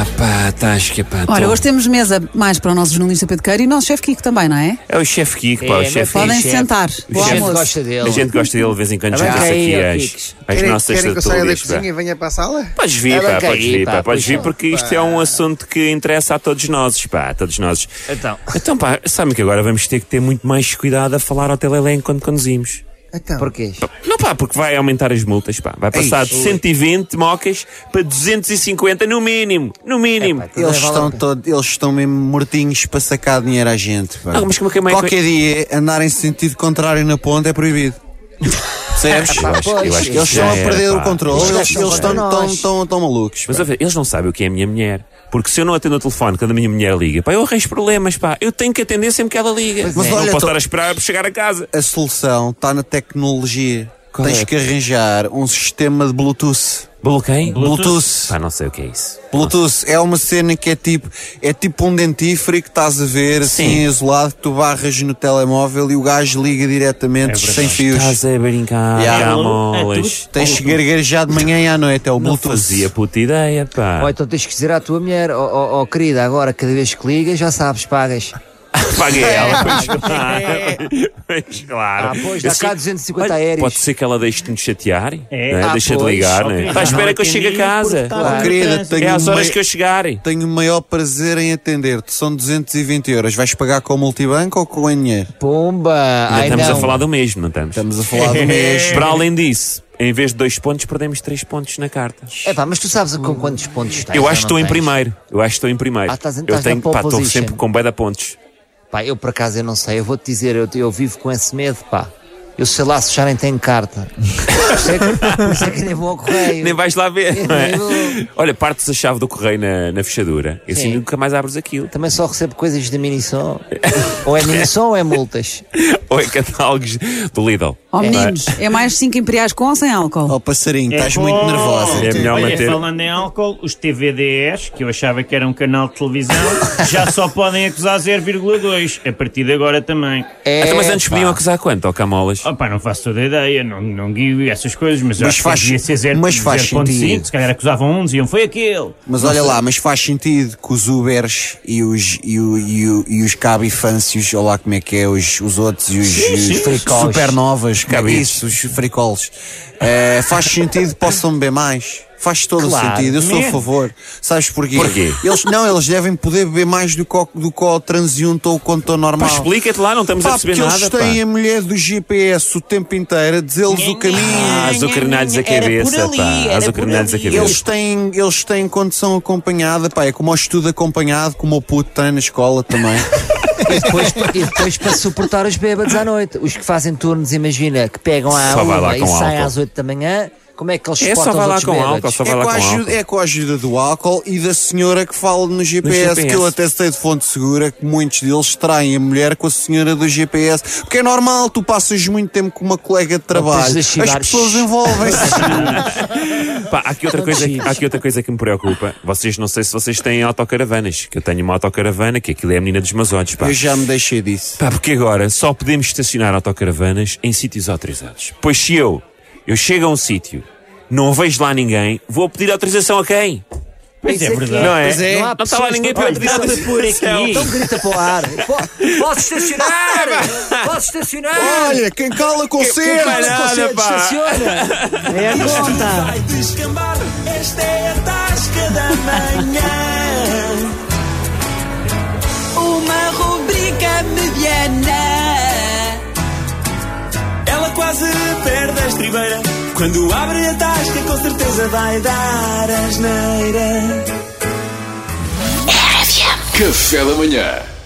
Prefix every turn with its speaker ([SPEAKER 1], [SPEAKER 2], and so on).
[SPEAKER 1] Ah, pá, tasca, pá.
[SPEAKER 2] Ora,
[SPEAKER 1] tô-
[SPEAKER 2] hoje temos mesa mais para o nosso jornalista Pedro Queiro e o nosso chefe Kiko também, não é?
[SPEAKER 1] É o chefe Kiko, pá,
[SPEAKER 3] É,
[SPEAKER 1] o chefe
[SPEAKER 3] meu
[SPEAKER 2] Podem
[SPEAKER 3] chefe.
[SPEAKER 2] sentar.
[SPEAKER 1] O
[SPEAKER 2] Bom
[SPEAKER 3] A gente
[SPEAKER 1] chefe
[SPEAKER 2] almoço.
[SPEAKER 3] gosta dele.
[SPEAKER 1] A gente gosta dele de vez em quando,
[SPEAKER 3] Vai
[SPEAKER 1] junta-se
[SPEAKER 3] cair, ó,
[SPEAKER 1] aqui
[SPEAKER 3] Kicos.
[SPEAKER 1] às, às
[SPEAKER 4] Querem,
[SPEAKER 1] nossas
[SPEAKER 4] querem que eu saia da
[SPEAKER 1] tertúlias. pá.
[SPEAKER 4] cozinha e venha para a sala?
[SPEAKER 1] Podes vir,
[SPEAKER 3] Ela
[SPEAKER 1] pá,
[SPEAKER 3] quer
[SPEAKER 1] podes
[SPEAKER 3] ir,
[SPEAKER 1] vir,
[SPEAKER 3] pá,
[SPEAKER 1] pá, podes vir,
[SPEAKER 3] puxa.
[SPEAKER 1] porque isto é um assunto que interessa a todos nós, pá, a todos nós.
[SPEAKER 3] Então.
[SPEAKER 1] Então, pá, sabe que agora vamos ter que ter muito mais cuidado a falar ao telelenco quando conduzimos.
[SPEAKER 4] Então,
[SPEAKER 3] Porquê?
[SPEAKER 1] Não, pá, porque vai aumentar as multas, pá. Vai passar de 120 mocas para 250, no mínimo, no mínimo.
[SPEAKER 3] Epá,
[SPEAKER 5] Eles um
[SPEAKER 3] Não vale a
[SPEAKER 1] um
[SPEAKER 5] estão,
[SPEAKER 3] pena.
[SPEAKER 5] todo, eles estão mesmo mortinhos para sacar dinheiro à gente. pá.
[SPEAKER 1] Não, mas como é que é mais-
[SPEAKER 5] Qualquer dia andar em sentido contrário na ponte é proibido. Percebes?
[SPEAKER 1] Eu acho- eu acho que
[SPEAKER 5] Eles
[SPEAKER 1] já
[SPEAKER 5] estão a
[SPEAKER 1] era,
[SPEAKER 5] perder o
[SPEAKER 1] É, pá.
[SPEAKER 5] controle,
[SPEAKER 3] Eles
[SPEAKER 5] eles,
[SPEAKER 3] estão
[SPEAKER 5] eles estão
[SPEAKER 3] contra
[SPEAKER 5] tão,
[SPEAKER 3] nós.
[SPEAKER 5] tão, tão malucos.
[SPEAKER 1] Mas
[SPEAKER 5] pá.
[SPEAKER 1] a ver, eles não sabem o que é a minha mulher. Porque se eu não atendo o telefone quando a minha mulher liga, pá, eu arranjo problemas, pá. Eu tenho que atender sempre que ela liga.
[SPEAKER 5] Mas
[SPEAKER 1] não
[SPEAKER 5] olha,
[SPEAKER 1] posso
[SPEAKER 5] tô-
[SPEAKER 1] estar a esperar por chegar a casa.
[SPEAKER 5] A solução está na tecnologia.
[SPEAKER 1] é?
[SPEAKER 5] Tens que arranjar um sistema de Bluetooth.
[SPEAKER 1] Bloqueio?
[SPEAKER 5] Bluetooth.
[SPEAKER 1] Pá, não sei o que é isso.
[SPEAKER 5] Bluetooth é uma cena que é tipo, é tipo um dentífrico que estás a ver assim
[SPEAKER 1] Sim.
[SPEAKER 5] isolado, que tu barras no telemóvel e o gajo liga diretamente sem fios.
[SPEAKER 1] É Estás a brincar,
[SPEAKER 5] Yeah.
[SPEAKER 1] yeah. molas.
[SPEAKER 5] Tens que gargarejar de manhã e à noite, é o
[SPEAKER 1] Não
[SPEAKER 5] Bluetooth.
[SPEAKER 1] fazia puta ideia, pá.
[SPEAKER 3] Ou então tens que dizer à tua mulher, ó ó, ó, querida, agora cada vez que ligas já sabes, pagas.
[SPEAKER 1] Paguei ela, pois claro. Pois claro.
[SPEAKER 3] É. Ah, pois,
[SPEAKER 1] Eu
[SPEAKER 3] dá cá
[SPEAKER 1] sei-
[SPEAKER 3] 250
[SPEAKER 1] Olha,
[SPEAKER 3] aéreos.
[SPEAKER 1] Pode ser que ela deixe de nos chatear,
[SPEAKER 6] É.
[SPEAKER 1] né?
[SPEAKER 3] Ah,
[SPEAKER 1] deixa de
[SPEAKER 3] pois.
[SPEAKER 1] ligar, né? Está à espera que eu chegue a casa.
[SPEAKER 5] Oh, querida, tenho,
[SPEAKER 1] É às
[SPEAKER 5] o
[SPEAKER 1] horas
[SPEAKER 5] mai-
[SPEAKER 1] que eu chegarem.
[SPEAKER 5] tenho o maior prazer em atender-te. São 220 euros. Vais pagar com o multibanco ou com o dinheiro?
[SPEAKER 3] Pumba!
[SPEAKER 1] Não
[SPEAKER 3] Ai,
[SPEAKER 1] estamos
[SPEAKER 3] não.
[SPEAKER 1] a falar do mesmo, não estamos? É.
[SPEAKER 5] Estamos a falar do mês.
[SPEAKER 1] Para além disso, em vez de dois pontos, perdemos três pontos na carta.
[SPEAKER 3] Epá, mas tu sabes com quantos pontos estás?
[SPEAKER 1] Eu
[SPEAKER 3] ou
[SPEAKER 1] acho que estou
[SPEAKER 3] não
[SPEAKER 1] em
[SPEAKER 3] tens?
[SPEAKER 1] primeiro. Eu acho que estou em primeiro.
[SPEAKER 3] Ah, estás em-
[SPEAKER 1] eu
[SPEAKER 3] estás na
[SPEAKER 1] tenho,
[SPEAKER 3] pole
[SPEAKER 1] pá, estou
[SPEAKER 3] position.
[SPEAKER 1] sempre com bué da pontos.
[SPEAKER 3] Pá, eu por acaso eu não sei, eu vou-te dizer, eu, eu vivo com esse medo, pá. Eu sei lá se já nem tenho carta. Por isso é que- por isso é que nem vou ao correio.
[SPEAKER 1] Nem vais lá ver. não é?
[SPEAKER 3] Eu vou.
[SPEAKER 1] Olha, partes a chave do correio na, na fechadura. E assim
[SPEAKER 3] Sim.
[SPEAKER 1] nunca mais abres aquilo.
[SPEAKER 3] Também só recebo coisas de mini-som. ou é mini-som ou é multas.
[SPEAKER 1] Ou em catálogos do Lidl.
[SPEAKER 2] Ó meninos, é mais 5 imperiais com ou sem álcool?
[SPEAKER 5] Oh, passarinho,
[SPEAKER 6] É
[SPEAKER 5] estás
[SPEAKER 6] bom.
[SPEAKER 5] muito nervosa.
[SPEAKER 1] É melhor
[SPEAKER 6] Olha,
[SPEAKER 1] manter.
[SPEAKER 6] falando em álcool, os TVDs, que eu achava que era um canal de televisão, já só podem acusar 0,2. A partir de agora também.
[SPEAKER 3] É,
[SPEAKER 1] Então, mas antes
[SPEAKER 3] pá.
[SPEAKER 1] podiam acusar quanto, ó Camolas?
[SPEAKER 6] Opa, não faço toda a ideia, não, não guio e essas coisas, mas, eu
[SPEAKER 5] Mas
[SPEAKER 6] acho
[SPEAKER 5] faz-
[SPEAKER 6] que devia ser 0,
[SPEAKER 5] mas faz
[SPEAKER 6] 0,5.
[SPEAKER 5] sentido.
[SPEAKER 6] Se calhar acusavam um, diziam foi aquele.
[SPEAKER 5] Mas olha lá, mas faz sentido que os Ubers e os, e o, e o, e os cabifâncios, olha lá como é que é, os, os outros e os, e os
[SPEAKER 3] Fricoles.
[SPEAKER 5] supernovas, como é que é
[SPEAKER 1] Cabis.
[SPEAKER 5] isso, os fricoles, eh, faz sentido que possam beber mais. Faz todo o
[SPEAKER 3] Claro,
[SPEAKER 5] sentido, eu sou
[SPEAKER 6] mesmo.
[SPEAKER 5] a favor. Sabes porquê?
[SPEAKER 1] Porquê?
[SPEAKER 5] Eles, não, eles devem poder beber mais do que o, do que o transiunte ou o condutor
[SPEAKER 1] Pá,
[SPEAKER 5] normal.
[SPEAKER 1] explica-te lá, não estamos
[SPEAKER 5] Pá,
[SPEAKER 1] a perceber
[SPEAKER 5] porque eles
[SPEAKER 1] nada. Pá. Ah,
[SPEAKER 5] têm a mulher do GPS o tempo inteiro a dizer-lhes o caminho.
[SPEAKER 1] Ah, azucarinados a cabeça, pá. Azucarinados a cabeça.
[SPEAKER 5] Eles têm, eles têm condição acompanhada, pá, é como o estudo acompanhado, como o puto tem na escola também.
[SPEAKER 3] E depois, e depois para suportar os bêbados à noite. Os que fazem turnos, imagina, que pegam à
[SPEAKER 1] Só vai lá
[SPEAKER 3] uma e
[SPEAKER 1] com
[SPEAKER 3] saem
[SPEAKER 1] álcool.
[SPEAKER 3] às 8 da manhã, como é que eles
[SPEAKER 1] É,
[SPEAKER 3] suportam
[SPEAKER 1] só vai
[SPEAKER 3] os
[SPEAKER 1] lá
[SPEAKER 3] outros
[SPEAKER 1] com
[SPEAKER 3] bêbados?
[SPEAKER 1] álcool, só
[SPEAKER 5] é,
[SPEAKER 1] vai
[SPEAKER 5] com
[SPEAKER 1] lá com
[SPEAKER 5] a ajuda,
[SPEAKER 1] álcool.
[SPEAKER 5] é com a ajuda do álcool e da senhora que fala no GPS,
[SPEAKER 1] GPS.
[SPEAKER 5] que eu até sei de fonte segura que muitos deles traem a mulher com a senhora do GPS, porque é normal, tu passas muito tempo com uma colega de trabalho.
[SPEAKER 3] de
[SPEAKER 5] As
[SPEAKER 3] chibar.
[SPEAKER 5] pessoas envolvem-se.
[SPEAKER 1] Pá, há aqui, outra coisa, há aqui outra coisa que me preocupa. Vocês, não sei se vocês têm autocaravanas. Que eu tenho uma autocaravana, que aquilo é a menina dos meus olhos, pá.
[SPEAKER 5] eu já me deixei disso.
[SPEAKER 1] Pá, porque agora só podemos estacionar autocaravanas em sítios autorizados. Pois se eu, eu chego a um sítio, não vejo lá ninguém, vou pedir autorização a quem?
[SPEAKER 6] Pois
[SPEAKER 3] Isso
[SPEAKER 6] é
[SPEAKER 3] é que
[SPEAKER 6] verdade.
[SPEAKER 1] Não é?
[SPEAKER 3] Pois é.
[SPEAKER 1] Não está lá ninguém para eu pedir
[SPEAKER 6] Olha, estava por
[SPEAKER 1] autorização.
[SPEAKER 6] aqui.
[SPEAKER 3] Então grita para o ar. Po- Posso estacionar? Posso estacionar?
[SPEAKER 5] Olha, quem cala
[SPEAKER 1] Que
[SPEAKER 5] conserta!
[SPEAKER 1] palhada, é pá.
[SPEAKER 3] Estaciona! É a conta!
[SPEAKER 7] Vai descambar, esta é a tasca da manhã.
[SPEAKER 2] Uma rubrica mediana.
[SPEAKER 7] Ela quase perde a estribeira. Quando abre a tasca, com certeza vai dar asneira.
[SPEAKER 8] Café da Manhã.